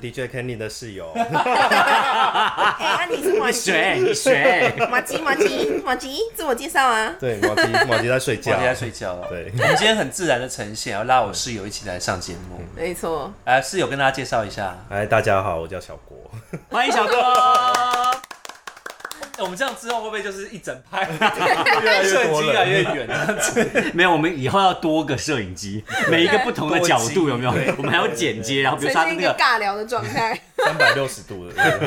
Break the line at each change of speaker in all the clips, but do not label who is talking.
的确肯定的室友，
哎、啊，你是马
你
吉，
学你 学，
马吉，马吉，马吉，自我介绍啊。
对，毛吉毛吉在睡
我
觉，
在睡觉了。
对
我们今天很自然的呈现，要拉我室友一起来上节目。
没错，
哎，室友跟大家介绍一下，
哎，大家好，我叫小郭，
欢迎小 哥。哎我们这样之后会不会就是一整拍，越来
越多了
越来越远这样 子？
没有，我们以后要多个摄影机，每一个不同的角度有没有？我们还要剪接，然后比
呈
如说他
现一
那
个
个
尬聊的状 态。
三百六十度的，对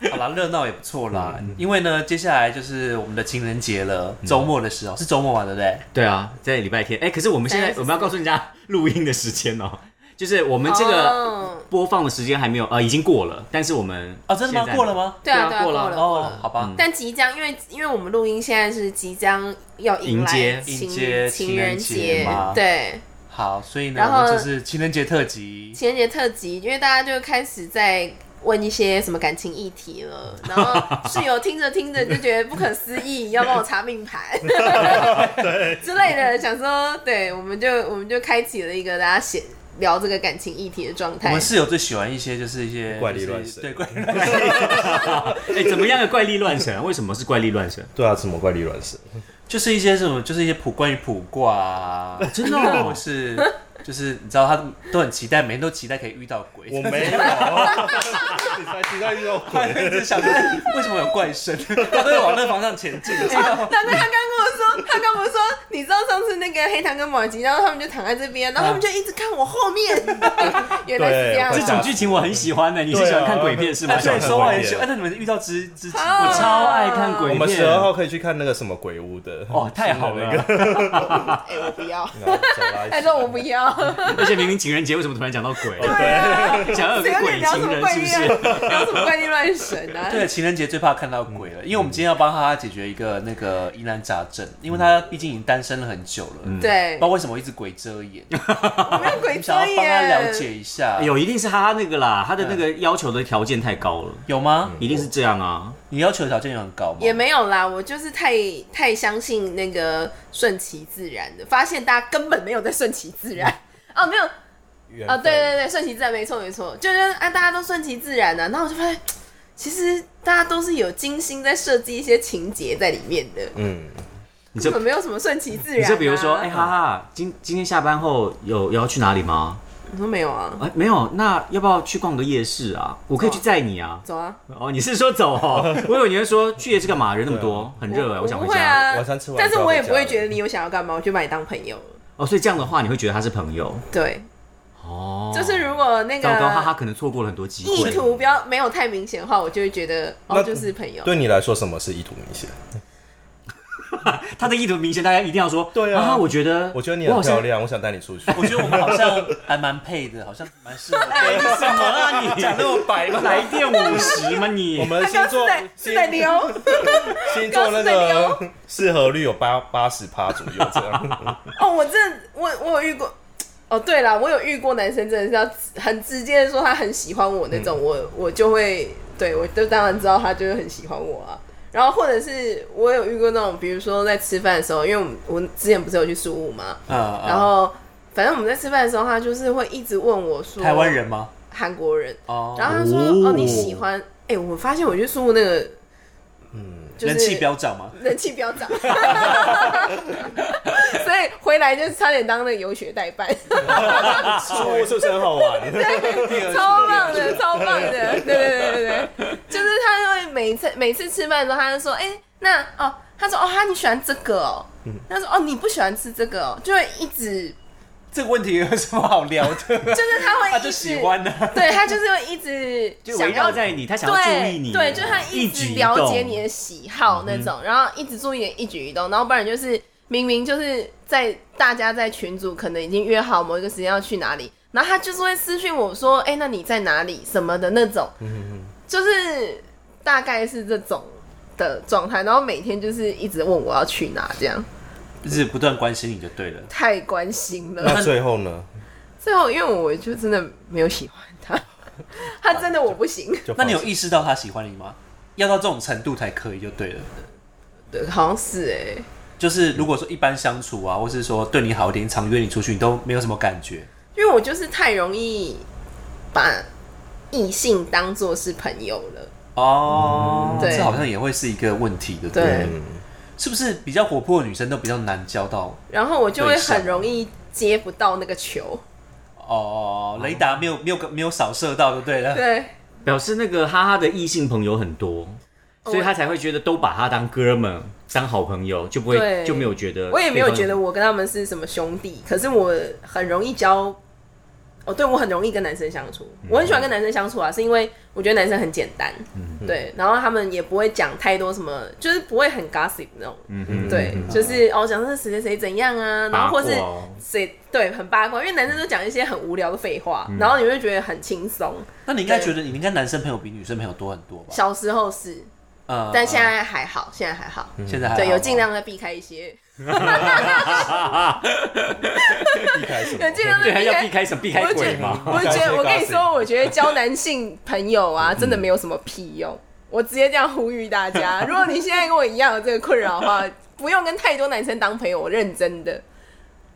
对，
好啦，热闹也不错啦。因为呢，接下来就是我们的情人节了，周末的时候是周末嘛，对不对？
对啊，在礼拜天。哎、可是我们现在
14
我们要告诉人家录音的时间哦、 就是我们这
哦
个播放的时间还没有，呃，已经过了，但是我们
哦，真的
现在
吗？过了？吗？
对啊，
对
对
啊
啊，过
过了
了，过
哦
了，。
好吧，
但即将，因为因为我们录音现在是即将要迎来
迎接
情
迎接情
情人
人节
节
嘛，
对，
好，所以呢，
然后
我们就是情人节特辑。
情人节特辑，因为大家就开始在问一些什么感情议题了，然后室友听着听着就觉得不可思议，要帮我查 命盘之类的，想说，对，我们就我们就开启了一个大家写聊这个感情议题的状
我
态
们。室友最喜欢一些就是一些
怪力
就是
乱神
对怪力乱神。
哎、怎么样的怪力乱神、啊？为什么是怪力乱神？
对啊，什么怪力乱神，
就是一些什么，就是一些卜关于卜卦啊，真的、或是就是你知道，他都很期待，每天都期待可以遇到鬼。
我没有，你才你在肉
他一直想说，为什么有怪声？他都会往那方向前进，你知道吗？
但是他刚跟我说，他刚我说，你知道上次那个黑糖跟马吉，然后他们就躺在这边，然后他们就一直看我后面， 原来是这样
对 我知
这
道
种
啊。
剧情我很喜欢的、你是喜欢看鬼片是吗？
哎所以
想
说话
鬼
也
片
喜欢。哎那你们遇到知知己
啊
我超爱看鬼片。
我们十二号可以去看那个什么鬼屋的，
哦，太好了！
哎、我不要。
然后走到一起
他哎说我不要，
而且明明情人节为什么突然讲到鬼？
对，
想要有
谁
个
跟你
鬼
聊什
情
么
人
怪
是不
力
是？
乱，聊什么怪力乱神啊？
对，情人节最怕看到鬼了，因为我们今天要帮他解决一个那个疑难杂症，因为他毕竟已经单身了很久了，不
对
知道，为什么一直鬼遮眼，
我没有 鬼遮
想要
眼，
帮他了解一
啊
下，
有，一定是他那个啦，他的那个要求的条件太高了，
有吗？
一定是这样啊。
你要求的条件有很高吗？
也没有啦，我就是太太相信那个顺其自然的，发现大家根本没有在顺其自然。
嗯
哦，没有，
缘
哦，
分
对对对，顺其自然，没错没错，就是啊，大家都顺其自然的、啊。然后我就发现，其实大家都是有精心在设计一些情节在里面的，
嗯，
你
根
就
本没有什么顺其自然、
你
啊。
就比如说，哎、哈哈，今今天下班后有有要去哪里吗？
你说没有啊？
哎、没有，那要不要去逛个夜市啊？我可以去载你啊。
走啊，
哦，你是说走哦？我以为你会说去夜市干嘛？人那么多，很热哎、我想
不
回
会
家。
啊，
晚上吃完
但是
就要
我也
回
不会
家
觉得你有想要干嘛，我就把你当朋友了。
哦，所以这样的话，你会觉得他是朋友
对，
哦。
就是如果那个
糟糕，哈哈，可能错过了很多机
意
会。
图不要没有太明显的话，我就会觉得哦，
那
就是朋友。
对你来说什么是意图明显？
他的意图明显，大家一定要说。
对啊
哈哈我觉得，
我觉得你
我
很
好像
漂亮，我想带你出去，
我觉得我们好像还蛮配的，好像蛮适 合。
哎，你什么啊 你？讲那么白吗？来电五十吗你？
我们的星
刚
座
是在是在
星
撩，
星座那
刚是在
个适合率有八八十趴左右这 样。
哦，我真的我我有遇过。哦，对了，我有遇过男生真的是要很直接的说他很喜欢我那种，我我就会对我就当然知道他就是很喜欢我啊。然后或者是我有遇过那种，比如说在吃饭的时候，因为我们我之前不是有去宿务嘛，
嗯，
然后反正我们在吃饭的时候，他就是会一直问我说
台湾人吗？
韩国人，
哦，
然后他说
哦
哦你喜欢，哎、我发现我去宿务那个，嗯，就是
人气飙涨吗？
人气飙涨， 所以回来就差点当那个游学代 办，
说是不是很好玩？
超棒的，超棒的，对对对对对，就是他会每次每次吃饭的时候，他就说，哎、那哦，他说哦，哈你喜欢这个哦，
嗯
他说哦你不喜欢吃这个哦，就会一直，
这个问题有什么好聊 的？
就是他 会
他
一直
就喜，欢呢。
对他就是会一直
就围
想要
绕在你，他想要注意
对
你，
对，就是他一
举
直
一嗯
了解
动
你的喜好那种，然后一直注意你的一举一动，然后不然就是明明就是在大家在群组可能已经约好某一个时间要去哪里，然后他就是会私讯我说，哎、那你在哪里什么的那种，
嗯
就是大概是这种的状态，然后每天就是一直问我要去哪，这样
就是不断关心你就对了。
太关心了。
那最后呢？
最后因为我就真的没有喜欢他，他真的我不行，
就
那你有
放弃
意识到他喜欢你吗？要到这种程度才可以就对了。
对，好像是哎、
就是如果说一般相处啊，或是说对你好一点，常约你出去，你都没有什么感觉。
因为我就是太容易把异性当做是朋友了。
哦，
嗯对
这好像也会是一个问题，对不对？
对
嗯，
是不是比较活泼的女生都比较难交到？
然后我就会
对象
很容易接不到那个球。
哦，雷达没有没有没有扫射到，就对了。
对，
表示那个哈哈的异性朋友很多，
哦
所以他才会觉得都把他当哥们、当好朋友，就不会
对
就没有觉得。嗯
我也没有觉得。我跟他们是什么兄弟，可是我很容易交。哦，对我很容易跟男生相处，我很喜欢跟男生相处啊，是因为我觉得男生很简单，对，然后他们也不会讲太多什么，就是不会很 gossip 那种，
嗯
对，就是哦讲那谁谁谁怎样啊，然后或是
八卦哦
谁对很八卦，因为男生都讲一些很无聊的废话，
嗯
然后你会觉得很轻松。
那你应该觉得你应该男生朋友比女生朋友多很多吧？
小时候是，
呃
但现在还好，现在还好，
嗯
呃现在还
对，
好
有
吗
尽量在避开一些，
避开什
有
么？
尽量
对，
在
还
避
要
开
避开什么？避
我
开
就觉
鬼
得，
吗？
我就觉得，我跟你
避开
说，我觉得交男性朋友啊，真的没有什么屁用。我直接这样呼吁大家，如果你现在跟我一样有这个困扰的话，不用跟太多男生当朋友，我认真的。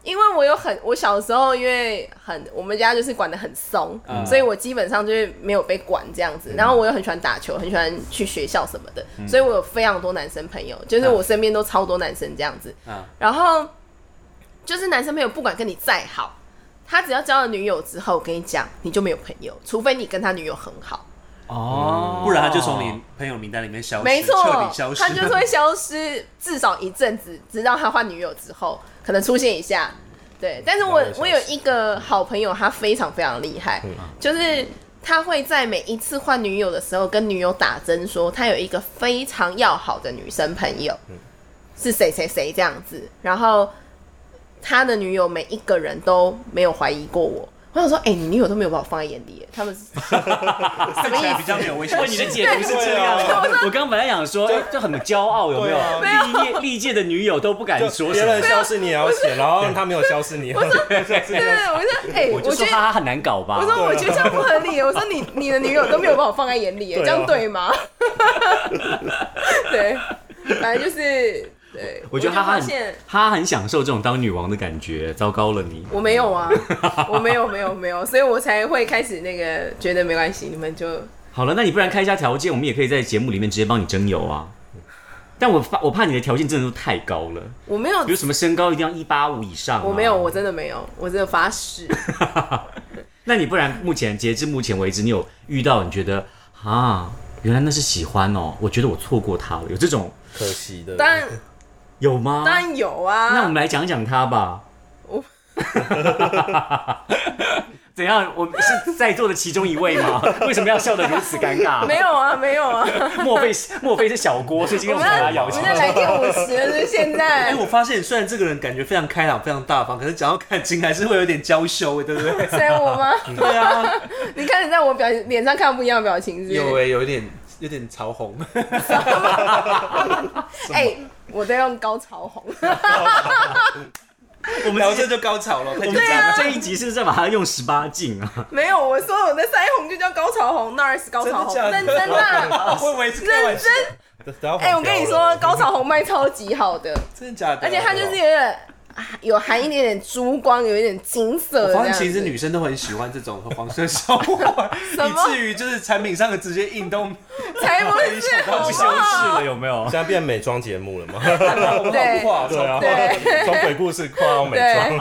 因为我有很，我小时候因为很，我们家就是管的很松，
嗯
所以我基本上就是没有被管这样子。然后我又很喜欢打球，很喜欢去学校什么的，所以我有非常多男生朋友，就是我身边都超多男生这样子。
嗯
然后就是男生朋友不管跟你再好，他只要交了女友之后，我跟你讲，你就没有朋友，除非你跟他女友很好。
哦
不然他就从你朋友名单里面消失，
没错
彻底消，失。
他就是会消失，至少一阵子，直到他换女友之后，可能出现一下。对，但是我
然后就消失
我有一个好朋友，他非常非常厉害，就是他会在每一次换女友的时候，跟女友打针说他有一个非常要好的女生朋友，是谁谁谁这样子，然后他的女友每一个人都没有怀疑过我。我想说，哎、你女友都没有把我放在眼里耶，他们是
看起来比较没有危险
哦，你
性
的。解读是这样
对啊。
我刚本来想说，哎，就很骄傲，有没有
对啊？
历届历届的女友都不敢
就
说
别
什
人
么。
消失你也要写，然后他没有消失 你，
对对对，我就说，哎、
我就
觉
说
得
哈哈很难搞吧。
我说我觉得这样不合理，我说你你的女友都没有把我放在眼里，
啊
这样对 吗？对，反正就是对，
我觉得
就
哈哈
发
很
现
哈哈很享受这种当女王的感觉，糟糕了你。
我没有啊， 我没有没有没有，所以我才会开始那个觉得没关系，你们就
好了，那你不然开一下条件，我们也可以在节目里面直接帮你征友啊。但我怕我怕你的条件真的都太高了，
我没有
比如什么身高一定要一八五以上、啊
我没有，。我真的没有，我真的发 誓，
那你不然目前截至目前为止，你有遇到你觉得啊，原来那是喜欢哦，我觉得我错过他了，有这种
可惜的。
当然
有吗？
当然有
那我
啊
们，来讲讲他吧。
我
怎样？我们是在座的其中一位吗？为什么要笑得如此尴尬？
没有啊没有啊，
莫非是莫非是小郭？所以今
我
天
们
我们把他
要
邀
我
请
们。要来电五十了，是现
哎、
在？
我。发现虽然这个人感觉非常开朗、非常大方，可是讲到感情还是会有点娇羞，对不对
虽然我 吗？
对啊，
你开始在我表脸上看不一样的表情是不是？
有哎、有一点有点潮红。
哎、我在用高潮红，
我们聊这就高潮了，太
我
紧
们
张了。
这这一集是不是在把它用十八 禁啊？
没有，我说我的腮红就叫高潮红，那儿是高潮红，
真的假
认
的
真 啦，
我以为是开
认
玩笑，
真。
等下黄
哎、我跟你
标了
哦
说，高潮红卖超级好的，
啊
真的假的？
而且它就是有点、啊有含一点点珠光，有一点金色
我
的
发
这
现
样
其实
子。
女生都很喜欢这种黄色笑话，
什么
以至于就是产品上的直接印都
才 不是，
想
好
到
不
不
羞耻
好
了？有没有
现？在变美妆节目了吗？
对
哇，
对 啊
对，
从鬼故事跨到美妆，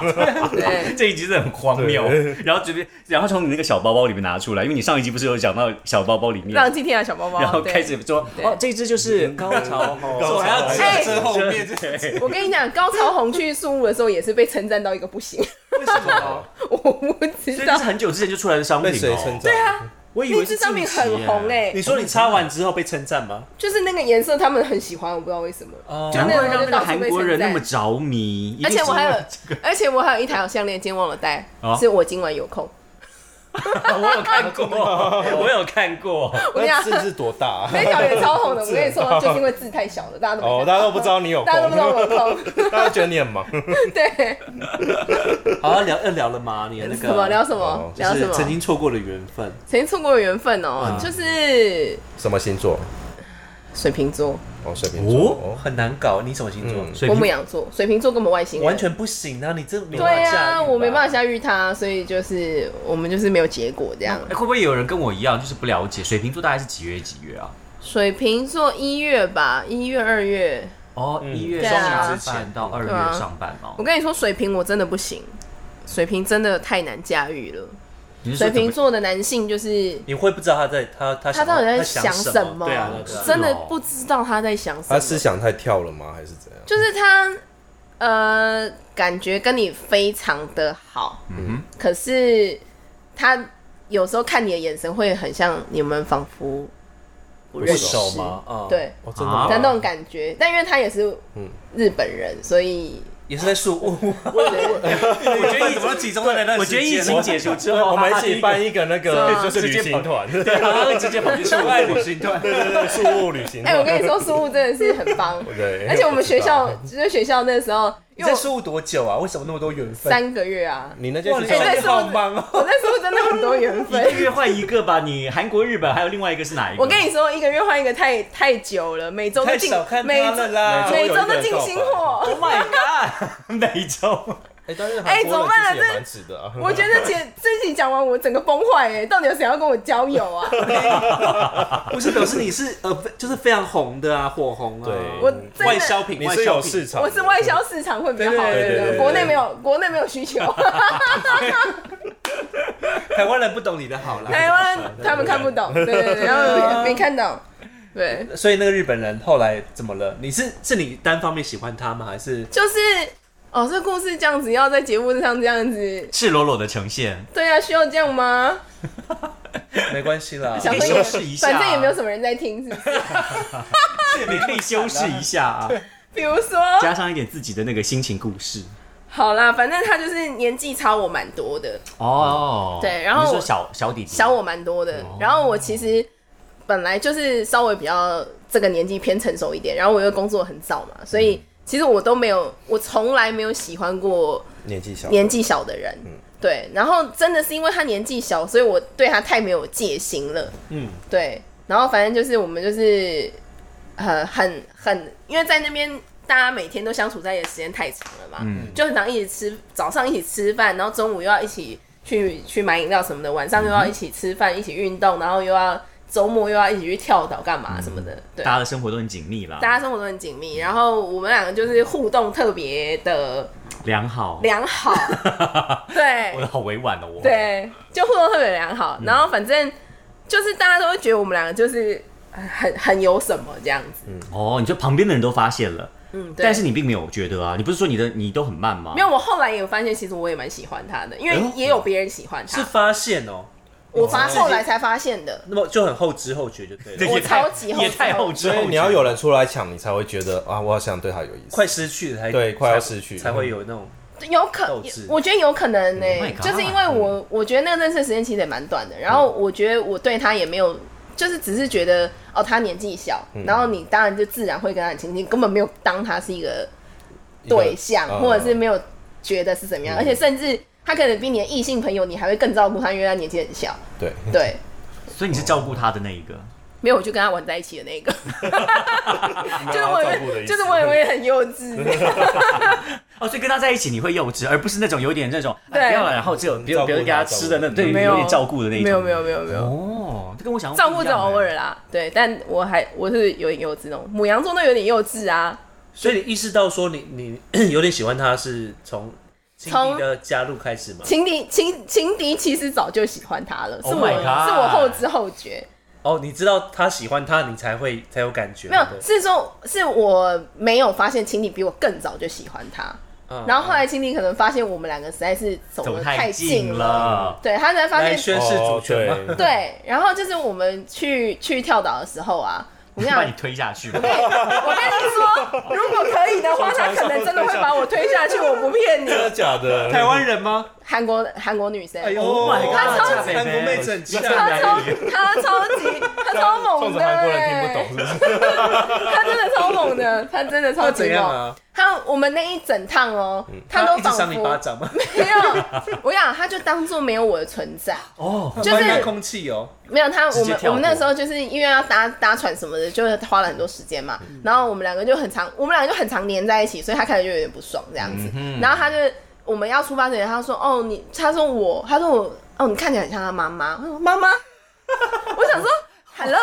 对对，
这一集是很荒谬，然后直接，然后从你那个小包包里面拿出来，因为你上一集不是有讲到小包包里面，
让今天的小包包，
然后
对
开。始说
对哎
哦，这一只就是高 潮
高
红，
潮
我还要遮遮后面这
对
我跟你讲，高潮红去宿务的时候也是被称赞到一个不行，
为什么？
我不知
所以这
道
是。很久之前就出来的商品
被谁称
哦。
赞？对啊，
我以
那
为是啊
支商品
近期
很红哎、
你说你擦完之后被称赞吗？
就是那个颜色他们很喜欢，我不知道为什么。
哦
难怪让那
就
个
到处
韩
被
国
称
人那
赞
么着迷，
而且我还有
一定是，
而且我还有一台好项链，今天忘了带
哦，
是我今晚有空。
因为我有 看过，我有看过，
我跟你
那
讲，
字是多 大啊？
那条也超红的。我跟你
字很大
说，就是因为字太小了，大家都
哦，
没
大家都不知道你有
看
空，
大家都不知道我有空。
大家觉得你很忙。
对，
好，要聊要聊了吗？你的那个
什么聊什
哦
么
就
聊
就
什
是
么？
曾嗯
曾
经错过的缘分，
经错过的缘分哦，就是
什么星座？
水瓶座、
哦，水瓶
哦
座，，
很难搞。你什么星座？
嗯
水
我母
瓶
羊座，水瓶座跟我们外星人
完全不行啊！你这没
对啊，我没办
法
法驾驭他，所以就是我们就是没有结果这样。
哎会不会有人跟我一样，就是不了解水瓶座大概是几月几月啊？
水瓶座一月吧，一月二月，
哦，一月
对啊
上半到二月
对啊
上半哦
我。跟你说，水瓶我真的不行，水瓶真的太难驾驭了。
你是
水
说怎么
瓶座的男性就是
你会不知道他在他他
他
想
到底在
想
什
么？对啊，对啊
真的不知道他在想什
他
么，
思想太跳了吗？还是怎样？
就是他呃，感觉跟你非常的好，嗯
哼
可是他有时候看你的眼神会很像你们仿佛不认
不
识
熟吗？啊，
对，
哦，真的
啊
吗
的那种感觉。但因为他也是
嗯
日本人，所以
也是在说，我我
对
我觉得怎么集中在那段
我
时
觉得
间？
疫情结束之后，
我们啊一起
搬，
办一个那
对
个
啊
就是旅行团，对
对，然后直接跑去户外旅行团。
对对，宿务旅行
哎，
团，
我。跟你说，苏雾真的是很棒
对，
而且我们学
不
校
知道，
啊
就是学校那时候，
你
因为
在
我
说多久啊？为什么那么多缘分？
三个月啊，
你那间
哇
学
你
校
哎对是我
好忙哦。
我那时候真的很多缘
一个
分。
月换一个吧，你韩国、日本还有另外一个是哪一个？
我跟你说，一个月换一个太太久了，每周都
太
进
少看
每
他了啦
每周
每周有一个
都
人
进
告白
新货。
，Oh my god，每周
哎，但是
哎
韩
怎么
国
办啊
人其实也蛮值的啊。
我觉得姐这集讲完，我整个崩坏哎！到底有谁要跟我交友啊？
不是表示你是呃，非就是非常红的啊，火红啊，
对
我真的
外销品，
你
外
是
销
有
品
市。场的，
我是外销市场会比较好，
对
对对
对
对对
国内没有，国内没有需求，
台湾人不懂你的好啦。
台湾他们看不懂，对对对，然后没看懂，对。
所以那个日本人后来怎么了？你是是你单方面喜欢他吗？还是
就是哦，这故事这样子要在节目上这样子，
赤裸裸的呈现，
对啊，需要这样吗？
没关系啦？
想
可以
说也
修饰一下啊
反正也没有什么人在听，是不是？
你可以修饰一下啊，
比如说，
加上一点自己的那个心情故事
好啦，反正他就是年纪差我蛮多的，
哦。
对然后
你是
我
说小小弟弟，
小我蛮多的。然后我其实本来就是稍微比较这个年纪偏成熟一点，然后我又工作很早嘛，所以其实我都没有，我从来没有喜欢过
年纪小，
年纪小的人。对，然后真的是因为他年纪小，所以我对他太没有戒心了。
嗯，
对，然后反正就是我们就是呃很很，因为在那边大家每天都相处在一起的时间太长了嘛，就很常一起吃，早上一起吃饭，然后中午又要一起去去买饮料什么的，晚上又要一起吃饭、一起运动，然后又要周末又要一起去跳岛干嘛什么的，对
大。家的生活都很紧密啦，
大家生活都很紧密，然后我们两个就是互动特别的
良好。
良好，对
我，的好委婉哦，我。
对，就互动特别良好。然后反正就是大家都会觉得我们两个就是哎很很有什么这样子。
哦，你说旁边的人都发现了，
嗯，对。
但是你并没有觉得啊，你不是说你的你都很慢吗？
没有，我后来也有发现，其实我也蛮喜欢他的，因
哎
为
呦
也有别人喜欢
是
他。
发现哦，
我发后来才发现的。
那么就很后知后觉就对
这
了，
我
也太，
超级后
也太
知后
后知
所
后
以
觉
你要有人出来抢，你才会觉得啊，我好像对他有意思。
快失去了才
对快要
才
失去
才会有那种
有可
斗志，
我觉得有可能呢、
Oh my god
就是因为我我觉得那个认识的时间其实也蛮短的，然后我觉得我对他也没有，就是只是觉得哦他年纪小，然后你当然就自然会跟他很亲近，根本没有当他是一个
一个嗯
对象，
呃
或者是没有觉得是怎么样，而且甚至他可能比你的异性朋友，你还会更照顾他，因为他年纪很小，
对，
对。
所以你是照顾他的那一个，
没有，我就跟他玩在一起的那 个，就是我
没有要照顾的
也，
意思
就
哦
是我也会很幼 稚，
哦，所以跟他在一起你会幼稚，而不是那种有点那种
对
哎不要了，然后只有别
照
人
顾
别人给他
他照顾
吃的那
他
对
没有
有点照顾的那一种，
没有没有没有没有，
哦，这跟我想
照顾
不一
就
样
偶
哎
尔啦，对，但我还我是有点幼稚那种，母羊座那有点幼稚啊，
所以你意识到说你你 有点喜欢他是从情敌的加入开始吗？
情敌情情敌其实早就喜欢他了，是
Oh
我
my god
是我后知后觉，
哦，你知道他喜欢他，你才会才有感觉。
没有
对不对
是说是我没有发现情敌比我更早就喜欢他，
嗯
然后后来情敌可能发现我们两个实在是走
走
得
太
近
近，了，
对他才发
来
现
宣誓主权
哦
吗？
对
对，然后就是我们去去跳岛的时候啊，我跟你
把
讲
你。推下去。
我跟你说，如果可以的话，他可能真的会把我推下去，我不骗你。
真的假的？
台湾人吗？
韩国韩国女生，
哎呦
Oh my god，
他超
韩国妹整
她
像
他超他超级他他超猛
冲着
的、
韩国人
欸，
听不懂，是不是？
他真的超猛的，他真的超
他
级
怎样
猛。
啊？
他我们那一整趟哦，他都
一直
仿佛
赏你
没
巴掌吗？
有，我想他就当做没有我的存在，
哦，
就是
翻开空气哦，
没有他，
直
我
接
们
跳
我们
过
那时候就是因为要搭搭船什么的，就花了很多时间嘛。
嗯
然后我们两个就很常，我们两个就很常黏在一起，所以他开始就有点不爽这样子。
嗯
然后他就我们要出发之前，他说：“哦，你，他说我，他说我，哦，你看起来很像他妈妈。”我说：“妈 妈。”我想说：“Hello。”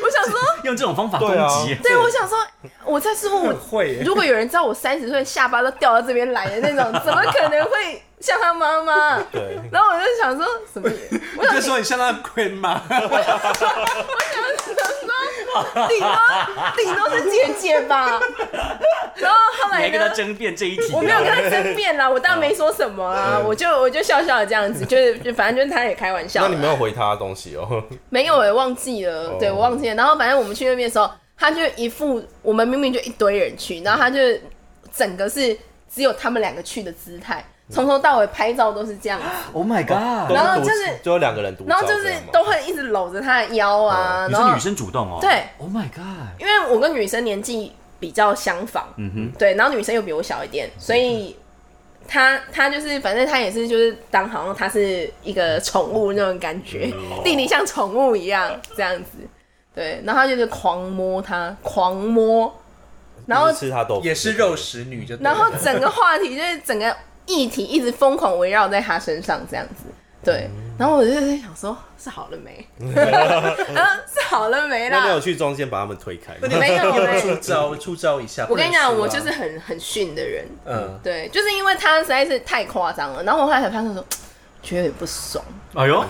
我想说，
用这种方法攻
对啊
击，
对，我想说，我在试问我
很会 耶
如果有人知道我三十岁下巴都掉到这边来的那种，怎么可能会像他妈妈？
对，
然后我就想说什 么？我
你
想
就说你像那 Queen 吗？
顶多顶多是姐姐吧。然后后
你
来
还跟他
呢？
争啊辩这一题、
我没有跟他争辩啦，我当然没说什么
嗯
啊，我就我就笑笑的这样子，就是就反正就是他也开玩笑
那
啦。
你没有回他的东西哦，
没有哎、忘记了，
哦
对我忘记了。然后反正我们去那边的时候，他就一副我们明明就一堆人去，然后他就整个是只有他们两个去的姿态，从头到尾拍照都是这 样子，
，Oh my
都
god！
然后
独
就是
就有两个人独照
然
这样
后
吗，
就是都会一直搂着他的腰啊，
你
然
是
后
女生主动哦，
对
，Oh my god！
因为我跟女生年纪比较相仿，
嗯哼，
对，然后女生又比我小一点，所以她她就是反正她也是就是当好像她是一个宠物那种感觉，弟弟像宠物一样这样子，对，然后她就是狂摸她，狂摸，然后
就是吃他豆腐
也是肉，食女就对了
然后整个话题就是整个议题一直疯狂围绕在她身上这样子，对，然后我就在想说是好了没， 然后是好了没
那你有
啦，
去中间把他们推开吗？
那你
没有没有
出招出招一下。
我跟你讲，
不
我
能输
就
啊
是很很逊的人，
嗯，
对，就是因为他实在是太夸张了，然后我后来才发现说，觉得有点不爽，
哎呦，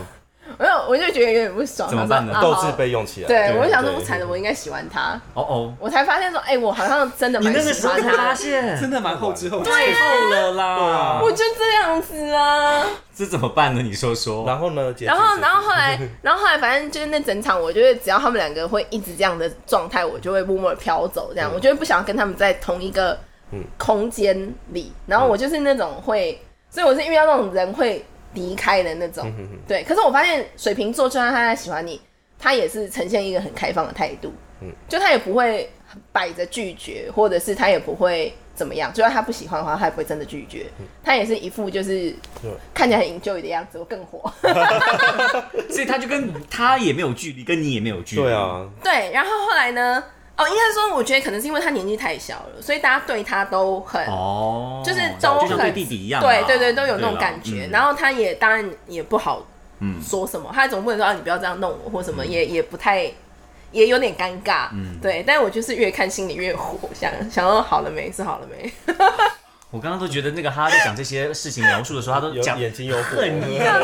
没有，我就觉得有点不爽。
怎么
然后
办呢
说
斗
啊
志
好
被用起来，
对，我就想说，
对
我惨了，我应该喜欢他，
哦哦，
我才发现说，哎、我好像真的
你
蛮
那个
喜
时候
欢
才发
他，
现，
真的蛮后知后觉。
太后了啦
我就这样子啊。
这怎么办呢？你说说，
然后呢？姐姐
然后，
姐
然后后 来，然后后来，反正就是那整场，我觉得只要他们两个会一直这样的状态，我就会默默地飘走，这样，我就会不想要跟他们在同一个
嗯
空间里。然后我就是那种会，所以我是遇到那种人会离开的那种
嗯哼哼，
对。可是我发现水瓶座，就算他喜欢你，他也是呈现一个很开放的态度，
嗯
就他也不会摆着拒绝，或者是他也不会怎么样，就算他不喜欢的话，他也不会真的拒绝，他也是一副就是
嗯对
看起来很 enjoy 的样子，我更火。
所以他就跟他也没有距离，跟你也没有距离，
对，啊，
对，然后后来呢？哦，应该说，我觉得可能是因为他年纪太小了，所以大家对他都很，
哦，
就是都
就
很
像对弟弟一样啊，
对对对，都有那种
啦
感觉。
嗯
然后他也当然也不好
嗯
说什么，他总不能说啊你不要这样弄我或什么，也也不太，也有点尴尬。
嗯
对。但我就是越看心里越火，想想说好了没，是好了没。
我刚刚都觉得那个哈在讲这些事情描述的时候，他都
有
讲
眼睛有火，
很
对
厌，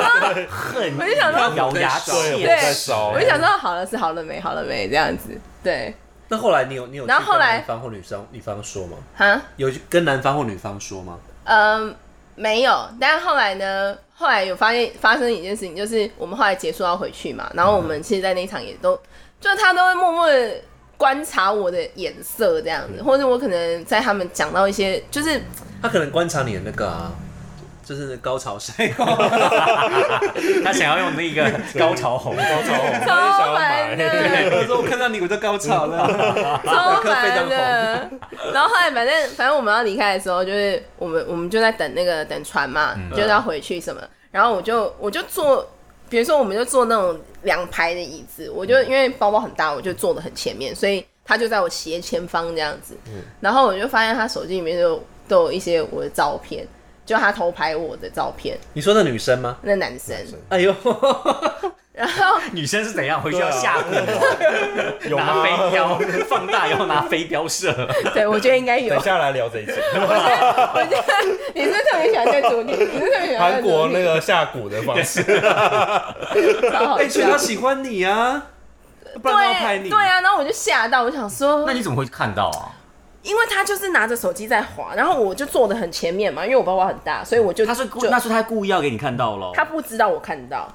很
我就想说
咬牙
我
切
在
对
齿。
烧，
我就想说好了是好了没，好了没这样子。对，
那后来你有你有去
然后后来
跟男方或女生女方说吗？
哈，
有去跟男方或女方说吗？
嗯，没有。但后来呢，后来有发现发生一件事情，就是我们后来结束要回去嘛，然后我们其实，在那一场也都，就是他都会默默的观察我的眼色这样子，
嗯
或者我可能在他们讲到一些，就是
他可能观察你的那个啊，就是高潮声。
他想要用那个高潮红，高潮红，
我也想要买
烦的，
我说我看到你我都高潮了，
超
科非常
烦的。然后后来反正反正我们要离开的时候，就是我们我们就在等那个等船嘛，
嗯
就是要回去什么。然后我就我就坐，比如说我们就坐那种两排的椅子，我
嗯
就因为包包很大，我就坐的很前面，所以他就在我斜前方这样子。
嗯
然后我就发现他手机里面就都有一些我的照片，就他偷拍我的照片，
你说那女生吗？
那男生。
生
哎 呦，
然后
女生是怎样回去要吓唬
有
我，拿
吗？
飞镖放大，然后拿飞镖射。
对我觉得应该有
等一，下来聊这一 集，
我觉得 你是不是特别喜欢这个主题，你是特别喜欢这
韩
个主题
国那个下蛊的方式，
超好
哎，所以他
笑。
喜欢你啊，不然他要拍
对
你。
对，啊，然后我就吓到，我想说
那，你怎么会看到啊？
因为他就是拿着手机在滑，然后我就坐的很前面嘛，因为我包包很大，所以我就
他是故
就
那是他故意要给你看到喽。
他不知道我看到，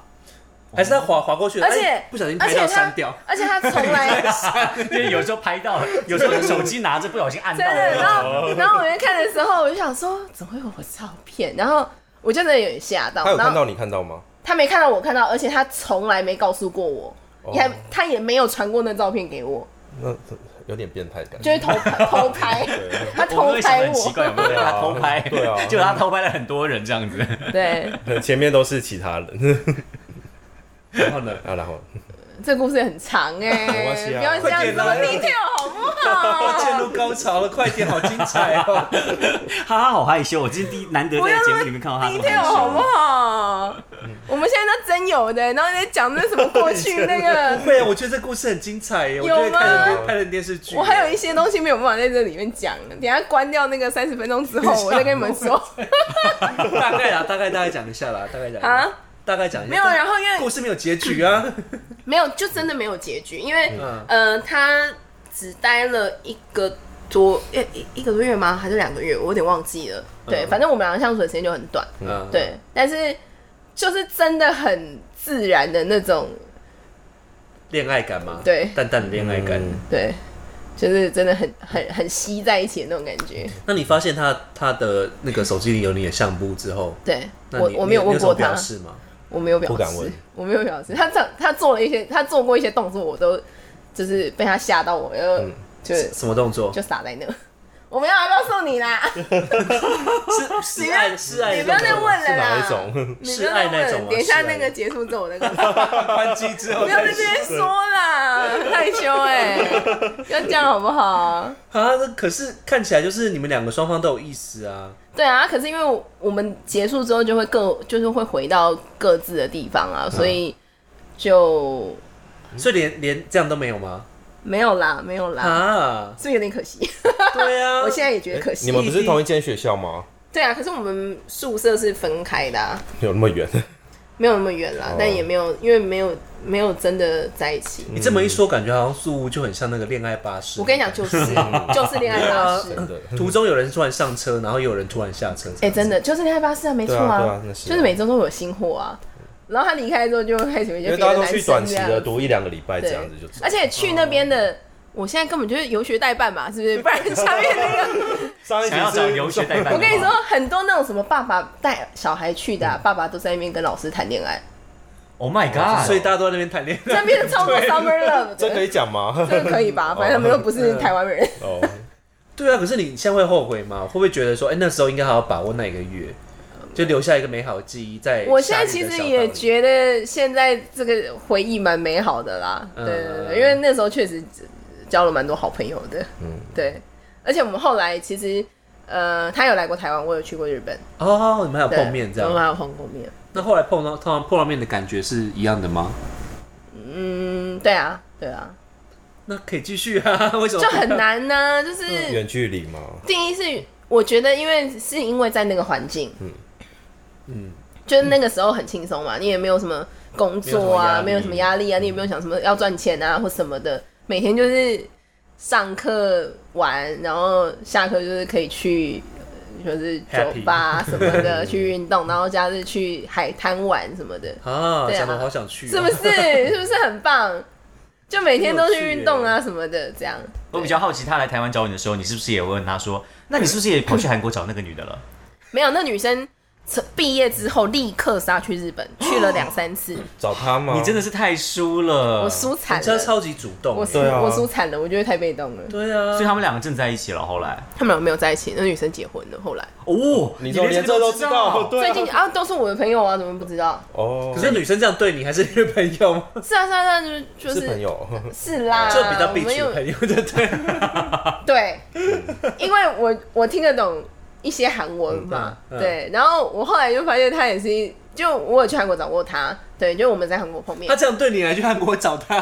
还是他滑滑过去，
而且、
哎不小心
而
拍
且
到
他
删掉。
而且他从 来
因为有时候拍 到，有时候手机拿着不小心按到
真的，然
了。
后然后我就看的时候，我就想说，怎么会有我照片？然后我就真的有点吓到，
他有
然
看
后
到你看到吗？
他没看到我看到，而且他从来没告诉过我，也还他也没有传过那照片给我，
那有点变态感。
就是偷 拍偷拍，他
我们
偷
会想
拍
得很奇
我，
怪，有没有被他偷拍？
对啊
结果他偷拍了很多人这样子。
对，
对，前面都是其他人，
然后呢？
啊，然后
这故事很长哎、
没关系啊
不要这样子这么
快点
detail 好 不好？
陷入高潮了，快点，好精彩 哦！
哈哈，好害羞！我今天第一难得在节目里面看到他这么害
detail 好不
羞。
好？我们现在都真有的，然后在讲那什么过去那个，
会啊，我觉得这故事很精彩耶，我觉
有吗
得看了拍了电视剧。
我还有一些东西没有办法在这里面讲，等一下关掉那个三十分钟之后，我再跟你们说
大概啊，大概大概讲一下啦，大概讲一下
啊，。
大概讲一下。
没有，
但
然后因为
故事没有结局啊。
没有，就真的没有结局，因为
嗯
呃，他只待了一个多一一一个多月吗？还是两个月？我有点忘记了。对，
嗯
反正我们俩相处的时间就很短。
嗯，
对，但是就是真的很自然的那种，
恋爱感嘛，
对
淡淡的恋爱感。
嗯
对，就是真的很很很吸在一起的那种感觉。
那你发现他他的那个手机里有你的相簿之后，
对
那
我
你
我没有
你
问
什
过
么
他
表，示吗？
我没有表
不敢
示
问，
我没有表示。他做他做了一些，他做过一些动作，我都就是被他吓到我，我就
嗯
就是
什么动作？
就傻在那。 我没有要告诉你 啦，
是是爱是爱
你
的
不要
动
再
作吗，
问
是
了
哪
啦。
一种？
你不
是
要再
爱
问
那种
了
吗
等一下
是爱
那个结束之后，我再告诉 你。
关机之后
不要
再
在这边说啦，害羞 哎、要这样好不好？
啊，那可是看起来就是你们两个双方都有意思啊。
对啊，可是因为我们结束之后就会各就是会回到各自的地方
嗯
啊，所以就
所以连连这样都没有吗？
没有啦，没有啦，
啊，
是不是有点可惜？
对啊，
我现在也觉得 可惜。
你们不是同一间学校吗？
对啊，可是我们宿舍是分开的、啊，
有那么远？
没有那么远啦，
哦
但也没有因为没有没有真的在一起。
你这么一说，感觉好像素就很像那个恋爱巴士。
我跟你讲，， 就是就是恋爱巴士
对。
真的？
途中有人突然上车，然后有人突然下车。
哎、真的就是恋爱巴士啊，没错
对啊对啊那是啊
就是每周都有新货啊。然后他离开之后就开始有一
因
些别
为大家
的
都
男
去
生
短
这
期
样
的读一两个礼拜这
对
样子就走。嗯
而且去那边的，我现在根本就是游学代办嘛，是不是？不然下面那个，
上一集
想要
是
找留学代办，
我跟你说，，很多那种什么爸爸带小孩去的啊、
嗯
爸爸都在那边跟老师谈恋爱，
，Oh my God！
所以大家都在那边谈 恋爱。
那边超多 summer love
这可
的。
以讲吗？
这个可以吧？反正他们又不是台湾人，
哦，
对啊，可是你现在会后悔吗？会不会觉得说，哎、那时候应该好好把握那一个月，就留下一个美好的记忆在？
我现在其实也觉得现在这个回忆蛮美好的啦，对
嗯
对对，因为那时候确实交了蛮多好朋友的，嗯，对，而且我们后来其实呃，他有来过台湾，我有去过日本，
啊
哦，你们还有
对
碰面这
我们
样？
还有啊碰过面，
那后来碰到通常碰到面的感觉是一样的吗？
嗯，对啊，对 啊，
那可以继续啊， 为什么
就
不要
很？难呢、就是
远距离嘛，
第一是我觉得，因为是因为在那个环境，嗯
嗯
就是那个时候很轻松嘛，你也没有什么工作啊，没
没
有
有
什
什
么
么
压力啊，你也不用想什么要赚钱啊或什么的，每天就是上课玩，然后下课就是可以去。呃就是酒
Happy
吧啊什么的去运动，然后假日去海滩玩什么的，
啊，
对啊
讲的好想去、
是不？是？是不是很棒？就每天都
很有
去
趣耶
运动啊什么的，这样。
我比较好奇，他来台湾找你的时候，你是不是也问他说， 那你是不是也跑去韩国找那个女的了？
没有，那女生从毕业之后立刻杀去日本，去了两三次，
找他吗？
你真的是太输了，
我。输惨
人家
了，
超级主动
我
欸，
输、
呃对啊
我输惨了，我觉得太被动了。
对啊，
所以他们两个正在一起了，后来
他们两个没有在一起，那女生结婚了，后来
哦，
你都连这都知道？对
最
啊
近啊都是我的朋友啊，怎么不知道？
哦，
可是女生这样对你还是女朋友吗？
是啊是啊是啊，就是是
朋友，
是啦，
就比较
呃我
必
们
须
有
朋友，对不 对？
对，因为我我听得懂一些韩文嘛，
嗯嗯
对，然后我后来就发现他也是，就我有去韩国找过他，对，就我们在韩国碰面
他，这样对你，还去韩国找他？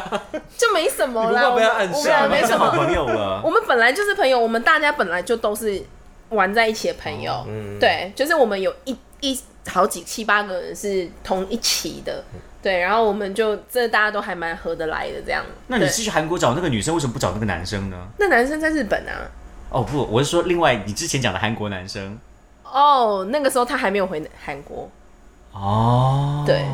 就没什么
啊你
啦，
不怕
我
被
们
他暗啊
我们
杀
俩
吗
呃没
是
什
好
么。
朋友 了。
我们本来就是朋友，我们大家本来就都是玩在一起的朋
哦
友。
嗯
对，就是我们有一一好几七八个人是同一起的，
嗯
对，然后我们就这大家都还蛮合得来的这样。
那你
对
是去韩国找那个女生，为什么不找那个男生呢？
那男生在日本啊？
哦不，我是说另外你之前讲的韩国男生
哦、那个时候他还没有回韩国，
哦，
对，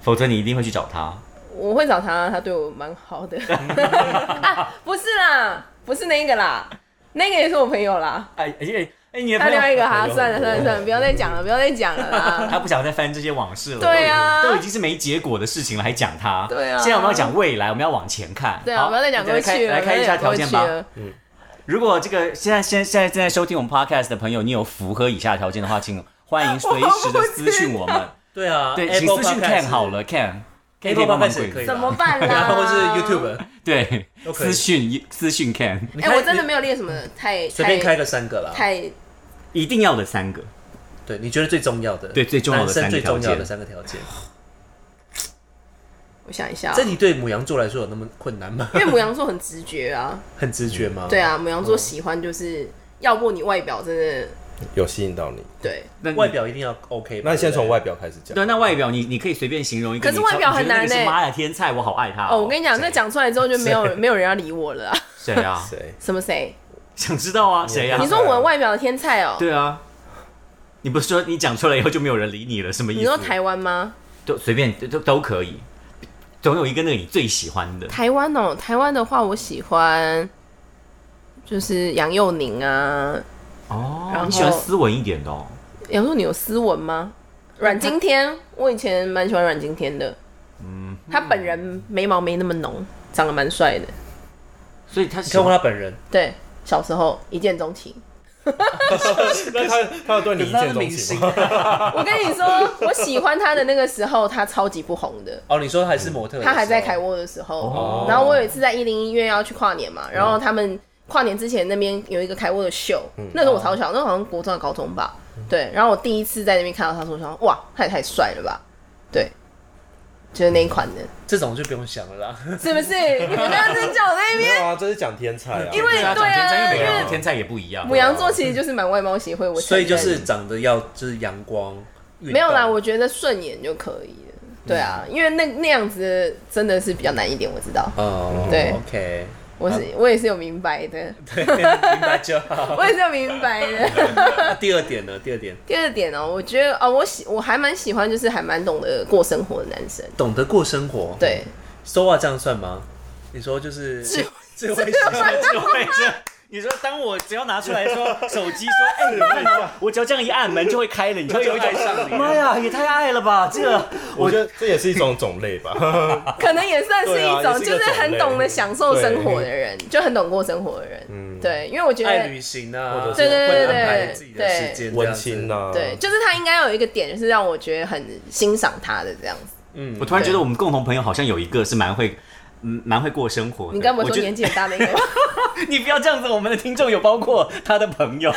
否则你一定会去找他。
我会找他，他对我蛮好的。 啊，不是啦，不是那个啦，那个也是我朋友啦。
哎，而且哎、你的
他
朋
另
友
外一个，好，
朋友
算了
很多
算了算了，不要再讲了，不要再讲了啦。
他不想再翻这些往事了。
对啊
都已经都已经是没结果的事情了，还讲他。
对啊
现在我们要讲未来，我们要往前看。
对啊，
好
不要再讲
来
过
开
去了，
来开一下条件吧
不要再讲过去。了
如果这个现在现现在正在收听我们 podcast 的朋友，你有符合以下条件的话，请欢迎随时的私讯我们。
对啊，
对，请
Apple
私讯
Podcast
Can 好了，Can。Can 可
Apple
以帮忙
Podcast 也可以
回
吧
怎么办啦
然？后或是 YouTube，
对，
都可以
私讯私讯 Can，
你
哎、
开
我真的哎没有列什么太
随便
太
开个三个啦。
太
一定要的三个。
对，你觉得最重要的？
对最重要的
男生
三个
最
条
重要的
件
三个条件。
我想一下哦、
这题对母羊座来说有那么困难 吗？
因为母羊座很直觉 啊，
很直觉吗？
对，啊，母羊
哦
座喜欢就是，要不你外表真的
有吸引到你。
对，
那你
外表一定要 OK 吧。
那你先从
对
外表开始讲
对，。那外表你你可以随便形容一个
可
你
是
超，
外表
你觉得
很难
那个是
欸
妈呀，天菜，我好爱他。
哦，我跟你讲，那讲出来之后就没有
谁
没有人要理我了、啊。
谁 啊？
谁？
什么谁？
想知道啊？谁啊
你？说我外表的天菜哦、
对啊，你不是说你讲出来以后就没有人理你了，什么意思？
你说台湾吗？
都随便都都可以，总有一个那个你最喜欢的。
台湾哦、台湾的话，我喜欢就是杨佑宁啊，然
哦
后
你喜欢斯文一点的哦。
杨佑宁有斯文吗？阮经天，我以前蛮喜欢阮经天的，嗯，他本人眉毛没那么浓，长得蛮帅的，
所以他
你
喜
看过
欢
他本人，
对，小时候一见钟情。
那他他有
啊
对你一见钟
明
情
星
吗？
我跟你说，我喜欢他的那个时候，他超级不红的。
哦，你说还是模特的时候，
他还在凯窝的时候，
哦
然后我有一次在一零一月要去跨年嘛，
嗯
然后他们跨年之前那边有一个凯窝的秀，
嗯
那时候我超小，那时候好像国中还高中吧，对，然后我第一次在那边看到他，说想哇，他也太帅了吧，对，就是那一款 的，
这种就不用想了啦。
是不是？你们刚刚在叫我在那
没
边，
有啊，这是讲天才啊。
因为
啊，
对
讲天
啊
才，因为每
因
个人
为
的天才也不一样。
母羊座其实就是蛮外貌协会，我
所以就
承认
是长得要就是阳光，没
没有啦，我觉得顺眼就可以了，对啊，
嗯
因为那那样子真的是比较难一点，我知道，
哦，
对
，OK，
我
啊
是我也是有明白的，
对，明白就好。
我也是有明白的。
那啊第二点呢？第二点，
第二点哦，我觉得哦，我喜我还蛮喜欢，就是还蛮懂得过生活的男生。
懂得过生活，
对，
，so 啊，这样算吗？你说就是
智
智慧型
有智慧这。你说，当我只要拿出来说手机说，哎、你看吗我只要这样一按门就会开了，你就会有一种
就会爱上你
妈呀，也太爱了吧！这个
我觉得这也是一种种类吧。
可能也算是
对啊
一种，
也是一
就
个
是很懂得享受生活的
种
人，就很懂过生活的人。
嗯
对，因为 我觉
爱旅
得，
行啊，
或者是对
对
对
对
会安排自己的时间，
温馨
啊，
呐，
对，，就是他应该有一个点，就是让我觉得很欣赏他的这样子。
嗯
我，突然觉得我们共同朋友好像有一个是蛮会，嗯，蛮会过生活的。
你跟我
觉
说
得
年纪很大的那个，
你不要这样子，我们的听众有包括他的朋友。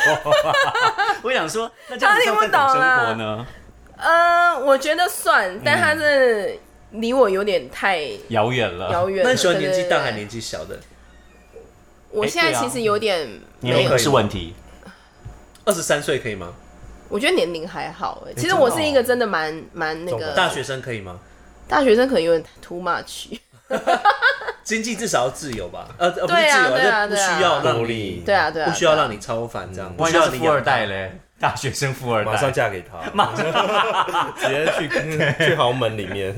我想说，那这样子算不算懂
啊
生活呢？
呃，我觉得算，但他是离我有点太
遥远了，
遥远了。
啊那你喜欢
对
年纪大还？
对对
年纪小的？
我现在
哎对啊
其实有点没
年
有
龄是问题。
二十三岁可以吗？
我觉得年龄还好、欸，其实
真的
我是一个
哦
真的蛮蛮那
重
个
感
大学生可以吗？
大学生可能有点 too much，
经济至少要自由吧，呃，呃不是
对啊
自由，
对啊
就不需要
对啊
让你，
对啊对啊，
不需要
对啊
让你超凡这样，不
万一
需
他
要
是
你
富二
养
代
他，
嘞，大学生富二代，
马上嫁给他，
马上
直接去嗯去豪门里面。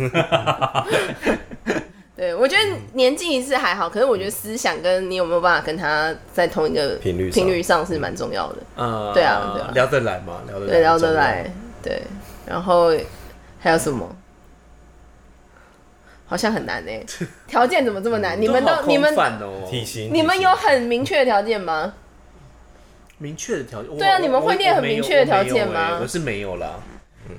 对，我觉得年纪是还好，可是我觉得思想跟你有没有办法跟他在同一个
频率上
频率上是蛮重要的，
呃，
对啊对啊
聊得来嘛，
嗯
聊得来，
对，聊得来，对，然后还有什么？好像很难 哎、条件怎么这么难？
重
你
要，
们
嗯好
都
空
你们
泛哦，
体型，
你们
体型
有很明确的条件吗？
明确的条件，我
对啊
我
你们会列很明确的条件吗
我没有欸我是没有啦，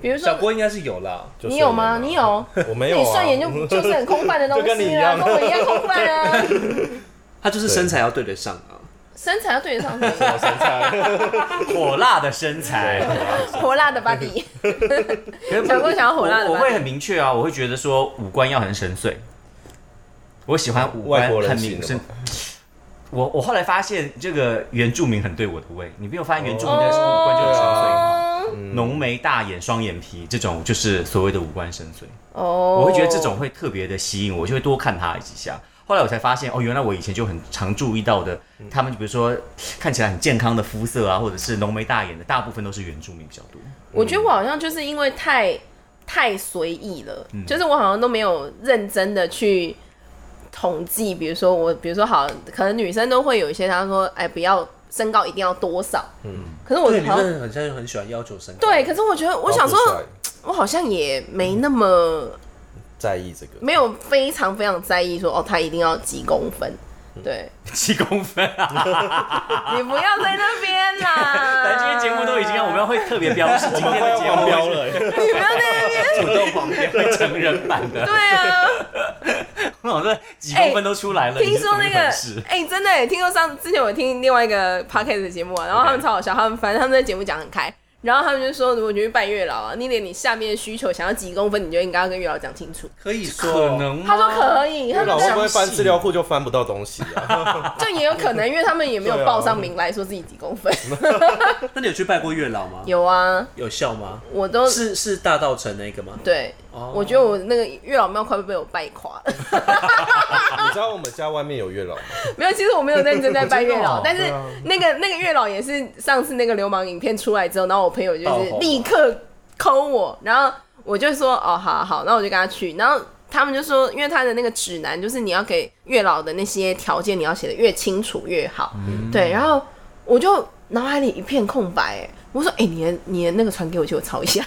比如
小
说
郭应该是有啦，
就
你有吗？
顺眼啊
你有？
我
那
没有
你
啊。
顺眼就 就是很空泛的东
就跟你
西
一
啊，
样
跟我一样空泛啊，
他就是身材要对得上啊，
身材要对得上谁？
身材，
火辣的身材。
火辣的 body，小郭想要火辣的
我我
body，
会很明确啊，我会觉得说五官要很深邃。我喜欢五
外
官
国人
很
型
明
的
深
吗。
我我后来发现，这个原住民很对我的胃。你没有发现原住民的五官就是深邃
哦
吗？浓眉大眼、双眼皮这种，就是所谓的五官深邃。
哦
我会觉得这种会特别的吸引我，就会多看他几下。后来我才发现，哦，原来我以前就很常注意到的，他们比如说看起来很健康的肤色啊，或者是浓眉大眼的，大部分都是原住民比较多。
我觉得我好像就是因为太太随意了，就是我好像都没有认真的去统计，比如说我，比如说好，可能女生都会有一些，她说，哎，不要身高一定要多少。嗯，可是我
对，你
好像
真的很像很喜欢要求身高。
对，可是我觉得我想说，
高富帅
我好像也没那么
在意这个，
没有非常非常在意说哦，他一定要几公分。对，
七公分啊！
你不要在那边啦。
反正今天节目都已经，我们要会特别标示今 天的节目
标了，
你不要在那边。
主动旁边会成人版的，
对啊，
我想说几公分都出来 了。
听说 那个
哎你
哎、
是怎么一回事，
真的哎，听说上之前我听另外一个 podcast 的节目啊，然后他们超好笑，他们反正他们在节目讲很开，然后他们就说，如果你去拜月老啊，你连你下面的需求想要几公分，你就应该要跟月老讲清楚。
可以说
可能吗
他说可以，他
月
们
老会不
就
会翻资料库就翻不到东西啊？
就也有可能，因为他们也没有
对啊
报上名来说自己几公分。
那你有去拜过月老吗？
有啊，
有效吗？
我都
是是大道城那个吗？
对，
哦
我觉得我那个月老庙快被我拜垮了。
你知道我们家外面有月老吗？
没有，其实我没有认真在拜月老，
哦
我知道
但是
啊
那个那个月老也是上次那个流氓影片出来之后，然后我朋友就
爆
是
红
立刻抠我，然后我就说哦，好好，那我就跟他去，然后。他们就说，因为他的那个指南就是你要给月老的那些条件，你要写的越清楚越好。
嗯
对，然后我就脑海里一片空白，哎，我说，哎、你的你的那个传给我，去我抄一下。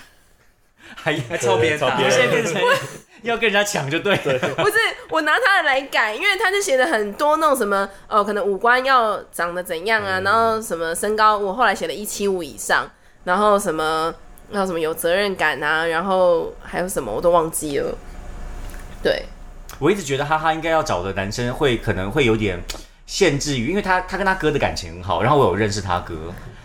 还
还超别
对
打，
超别
现
人
在变成要跟人 家抢就对了。
不是，我拿他的来改，因为他就写了很多那种什么，呃，可能五官要长得怎样
嗯
啊，然后什么身高，我后来写了一七五以上，然后什么，然后什么有责任感啊，然后还有什么我都忘记了。对，
我一直觉得哈哈应该要找的男生会可能会有点限制于，因为他他跟他哥的感情很好，然后我有认识他哥，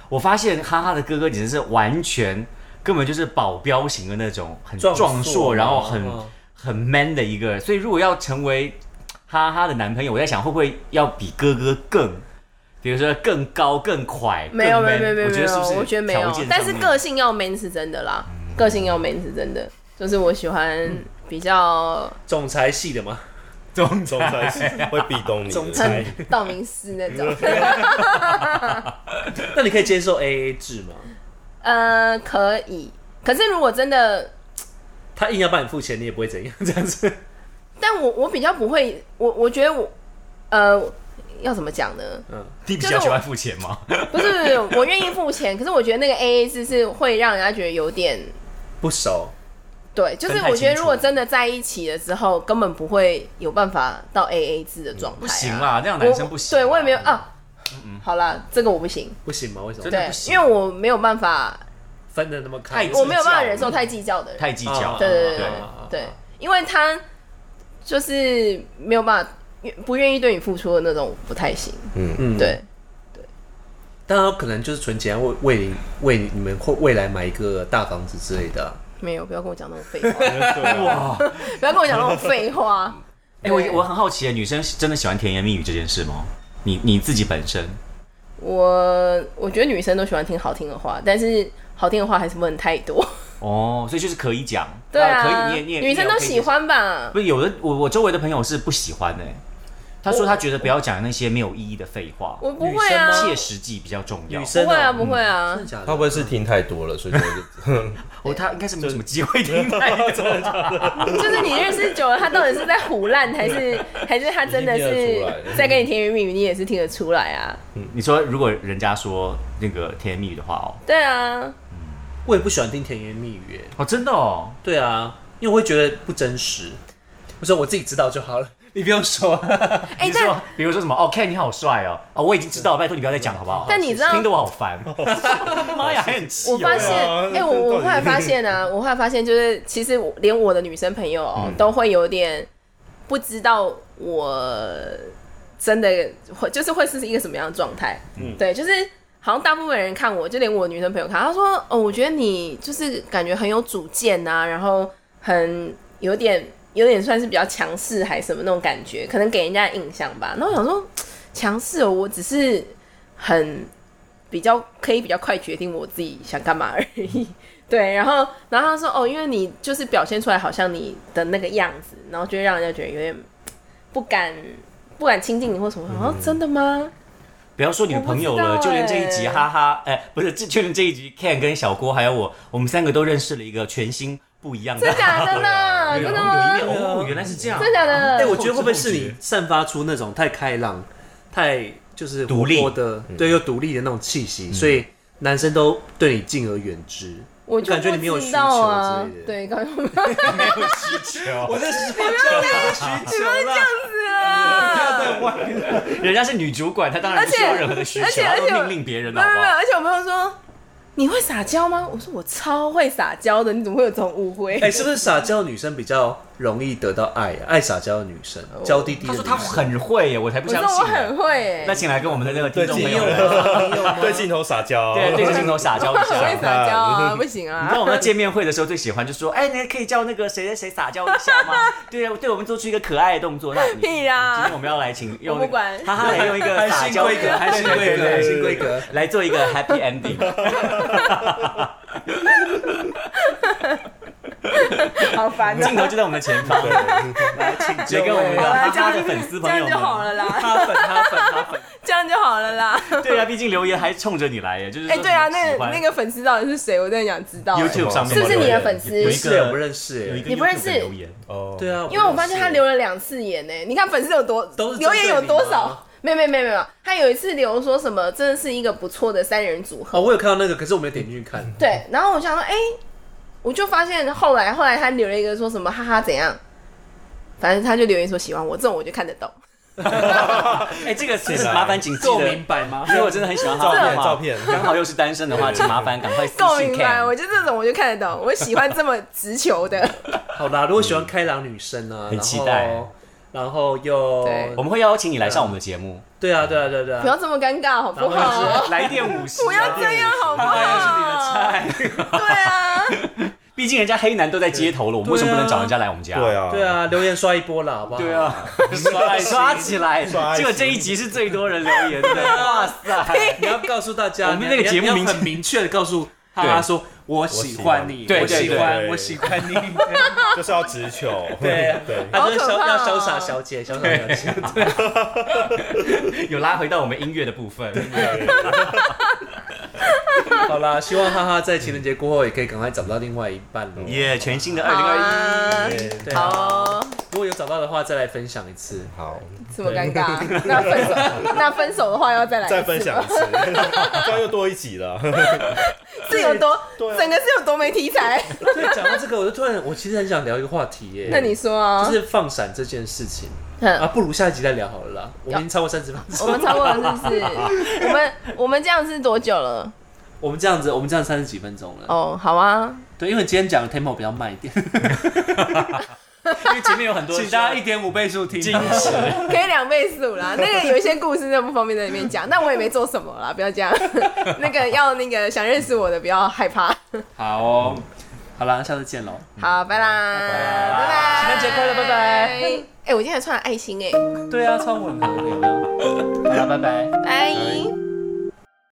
我发现哈哈的哥哥简直是完全根本就是保镖型的那种，很
壮
壮
硕
硕，然后很
哦
很 man 的一个，所以如果要成为哈哈的男朋友，我在想会不会要比哥哥更。比如说更高、更快，
没有，
更
没有，
man
没有，没有，
我
没
觉得是
有
不，是
我觉得没
条
有啊
件，
但
上
是
面
个性要 man 是真的啦，个性要 man 是真的，就是我喜欢
嗯
比较
总裁系的吗？
总总裁是会壁咚你的，
总裁
很道明寺那种，
那你可以接受 A A 制吗？
呃，可以。可是如果真的
他硬要帮你付钱，你也不会怎样，这样子。
但我我比较不会，我我觉得我呃要怎么讲呢？
你比
就是
较
我
喜欢付钱吗？
不是不是，不是我愿意付钱，可是我觉得那个 A A 制是会让人家觉得有点
不熟，
对，就是
分太
我觉得
清楚
如果真的在一起了之后，根本不会有办法到 A A 制的状态、啊
不行啦那样男生不行啊嗯
我对我也没有啊。好啦，这个我不行，
不行吗？为什么
真的
对
不，行
因为我没有办法，
分的那么开
太？
我没有办法忍受太计较的人。
太计较了。
对对对
对啊
对对，因为他就是没有办法不愿意对你付出的那种，不太行。
嗯，
对，
当然可能就是存钱为为你为你们或未来买一个大房子之类的啊、
没有，不要跟我讲那种废话，
啊
哇，
不要跟我讲那种废话。
哎、
对
我我很好奇，女生是真的喜欢甜言蜜语这件事吗？你你自己本身，
我我觉得女生都喜欢听好听的话，但是好听的话还是不能太多。
哦，所以就是可以讲，
对
呃
啊，
可以，你也你也
女生都喜。
你也 OK
欢吧
接受？不是有的，我我周围的朋友是不喜欢的、他说他觉得不要讲那些没有意义的废话，
我不会啊，
切实际比较重要
女。生
不会啊，
哦
不会啊
真的。假的？
他会不会是听太多了，所以就
哦，他应该是没有什么机 会听太多嗯
就是你认识久了，他到底是在胡乱，还 是还是他真的
已经听
是
得出来
在跟你甜言蜜语，你也是听得出来啊？
你说如果人家说那个甜言蜜语的话，哦，
对啊，
我也不喜欢听甜言蜜语耶。
哦，真的哦，
对啊，因为我会觉得不真实。我说我自己知道就好了，你不用说。
哎
你，
但
说比如说什么哦，Ken 你好帅哦，啊、我已经知道了，拜托你不要再讲好不好？哦
但你知道
听得我 好烦，妈呀，还很气哦、
我发现，哎、
对啊
我
这
我
到底
后来发现啊，我后来发现就是，其实我连我的女生朋友、哦都会有点不知道我真的会，就是会是一个什么样的状态。嗯，对，就是好像大部分人看我，就连我女生朋友看，她说：“哦，我觉得你就是感觉很有主见呐、然后很有点有点算是比较强势还是什么那种感觉，可能给人家的印象吧。”然后我想说，强势哦，我只是很比较可以比较快决定我自己想干嘛而已。 对，然后然后他说哦，因为你就是表现出来好像你的那个样子，然后就会让人家觉得有点不敢不敢亲近你或什么。然
嗯
后、哦真 的吗？
不要说你的朋友
我
了，
不知
就
道
连这一集，
欸
哈哈，哎、不是，就就连这一集，Ken 跟小郭还有我，我们三个都认识了一个全新不一样的
真。假的呢？
有有
真
一
的吗
面？哦，原来是这样。
哎
真假的？
哎、我觉得会不会是你散发出那种太开朗、太就是
独立嗯
活泼的，对，又独立的那种气息，所以男生都对你敬而远之。
我就
感觉你
不
没有
知
需
道
求
啊
之类，的
对，刚刚
没有需 求，
这是放教你的需求啦。啊
人家是女主管，她当然不需要任何的需求，
而且
她
而
都
且
命令别人
没
了，好
有
不
没有，
好？
而且我朋友说你会撒娇吗？我说我超会撒娇的，你怎么会有这种误会？
哎、是不是撒娇女生比较容易得到爱、啊？爱撒娇的女生，娇滴滴的
她
女
哦
生。
说她很会耶，我才不
我说
啊
相
我
信
很
呢。
会哎、
那请来跟我们的那个听众朋友
对
们
请，对镜头撒娇，
对对着镜头撒娇
我
一
很会
下。
撒娇啊，不行
你知道
啊。
我们在见面会的时候最喜欢就说，哎，你可以叫那个谁谁谁撒娇一 下吗？对啊，对我们做出一个可爱的动作。那你
屁
今天
啦！
我们要来请
我
用
不
那个
管
哈哈来用一个撒娇，
韩信规格韩信规格
对对对
韩信规格
来做一个 happy ending。
好烦
镜
啊！
头就在我们的前方，直接跟我们的
好
哈
了，啊这
哈
样
的粉丝
这
朋
样
友
就好
们。
了啦，
哈粉哈粉哈粉，
这样就好了啦。
对啊，毕竟留言还冲着你来耶，就是
哎、
说
对啊，
你喜
那
欢
那个粉丝到底是谁？我真的想知道、哎
YouTube 上面
是不是你的粉
有
丝
一
不？是
个
我不认识
有一
耶。
个
你不认识
YouTube 的留言，
哦，
对啊，
因为我发现他留
了
了两次言呢、你看粉丝有多
都是针
留
对
言有多
你
少
吗？
没有没有没有没有，他有一次留说什么，真的是一个不错的三人组合。
哦，我有看到那个，可是我没有点进去看。
对，然后我想说，哎、我就发现后来后来他留了一个说什么哈哈怎样，反正他就留言说喜欢我，这种我就看得懂。
哎，这个是
是啊
麻烦请 记
够
得
明，白吗
因？为我真的很喜欢他
照
的
片
话
照片
刚好又是单身的话，请麻烦赶快私
够
信
明白，
看。
我觉得这种我就看得懂，我喜欢这么直球的。
好啦，如果喜欢开朗女生啊，
很
然后
期待。
然后又
对
我们会邀请你来上我们的节目，
对啊，对啊，对啊，对
不
啊。
要这么尴尬好不
然后
好？
来电五十，
不哦要这样好不好？
是你的菜。
对啊，
毕竟人家黑男都在街头了，我们为什么不能找人家来我们家？
对。啊，
对，啊，留言刷一波啦，好不好？
对，啊，刷刷起来！
刷爱
结
心
果这一集是最多人留言的，哇塞！
你要告诉大家，
我们那
你
个
要
节
你
目
要
明确
很明确的告诉哈哈说，我喜欢你，
对
我喜
对
欢，
对
我喜欢你。
就是要直球，
对
对，啊
他就是
好可
潇
怕
要
哦
潇洒小姐，潇洒小姐。
有拉回到我们音乐的部分，
好啦，希望哈哈在情人节过后也可以赶快找到另外一半喽。
耶！全新的二
好
零 二
啊，
对
好
啊，
哦，
如果有找到的话，再来分享一次。
好，
这么尴尬，那分手，那分手的话要再来一次
再分享
吗
一次， 这样又多一集了。
是有多
对啊
整个是有多没题材？
对，讲到这个，我就突然，我其实很想聊一个话题耶。
那你说啊
就，是放闪这件事情
嗯
啊，不如下一集再聊好了啦。我们已经超过三十分钟，
我们超过了是不是？我们我们这样是多久了？
我们这样子，我们这样三十几分钟了。
哦，好啊，
对，因为今天讲的 tempo 比较慢一点，
一，因为前面有很多，
请大家一点五倍速听。
可以两倍速啦。那个有一些故事真的不方便在里面讲，但我也没做什么啦，不要这样。 那个要那个想认识我的不要害怕。
好哦，好啦，下次见喽。
好，拜啦，拜拜，
情人节快乐拜拜。
哎、我今天还穿了爱心哎、
对啊，超吻合的有没有。好啦，拜拜。
拜。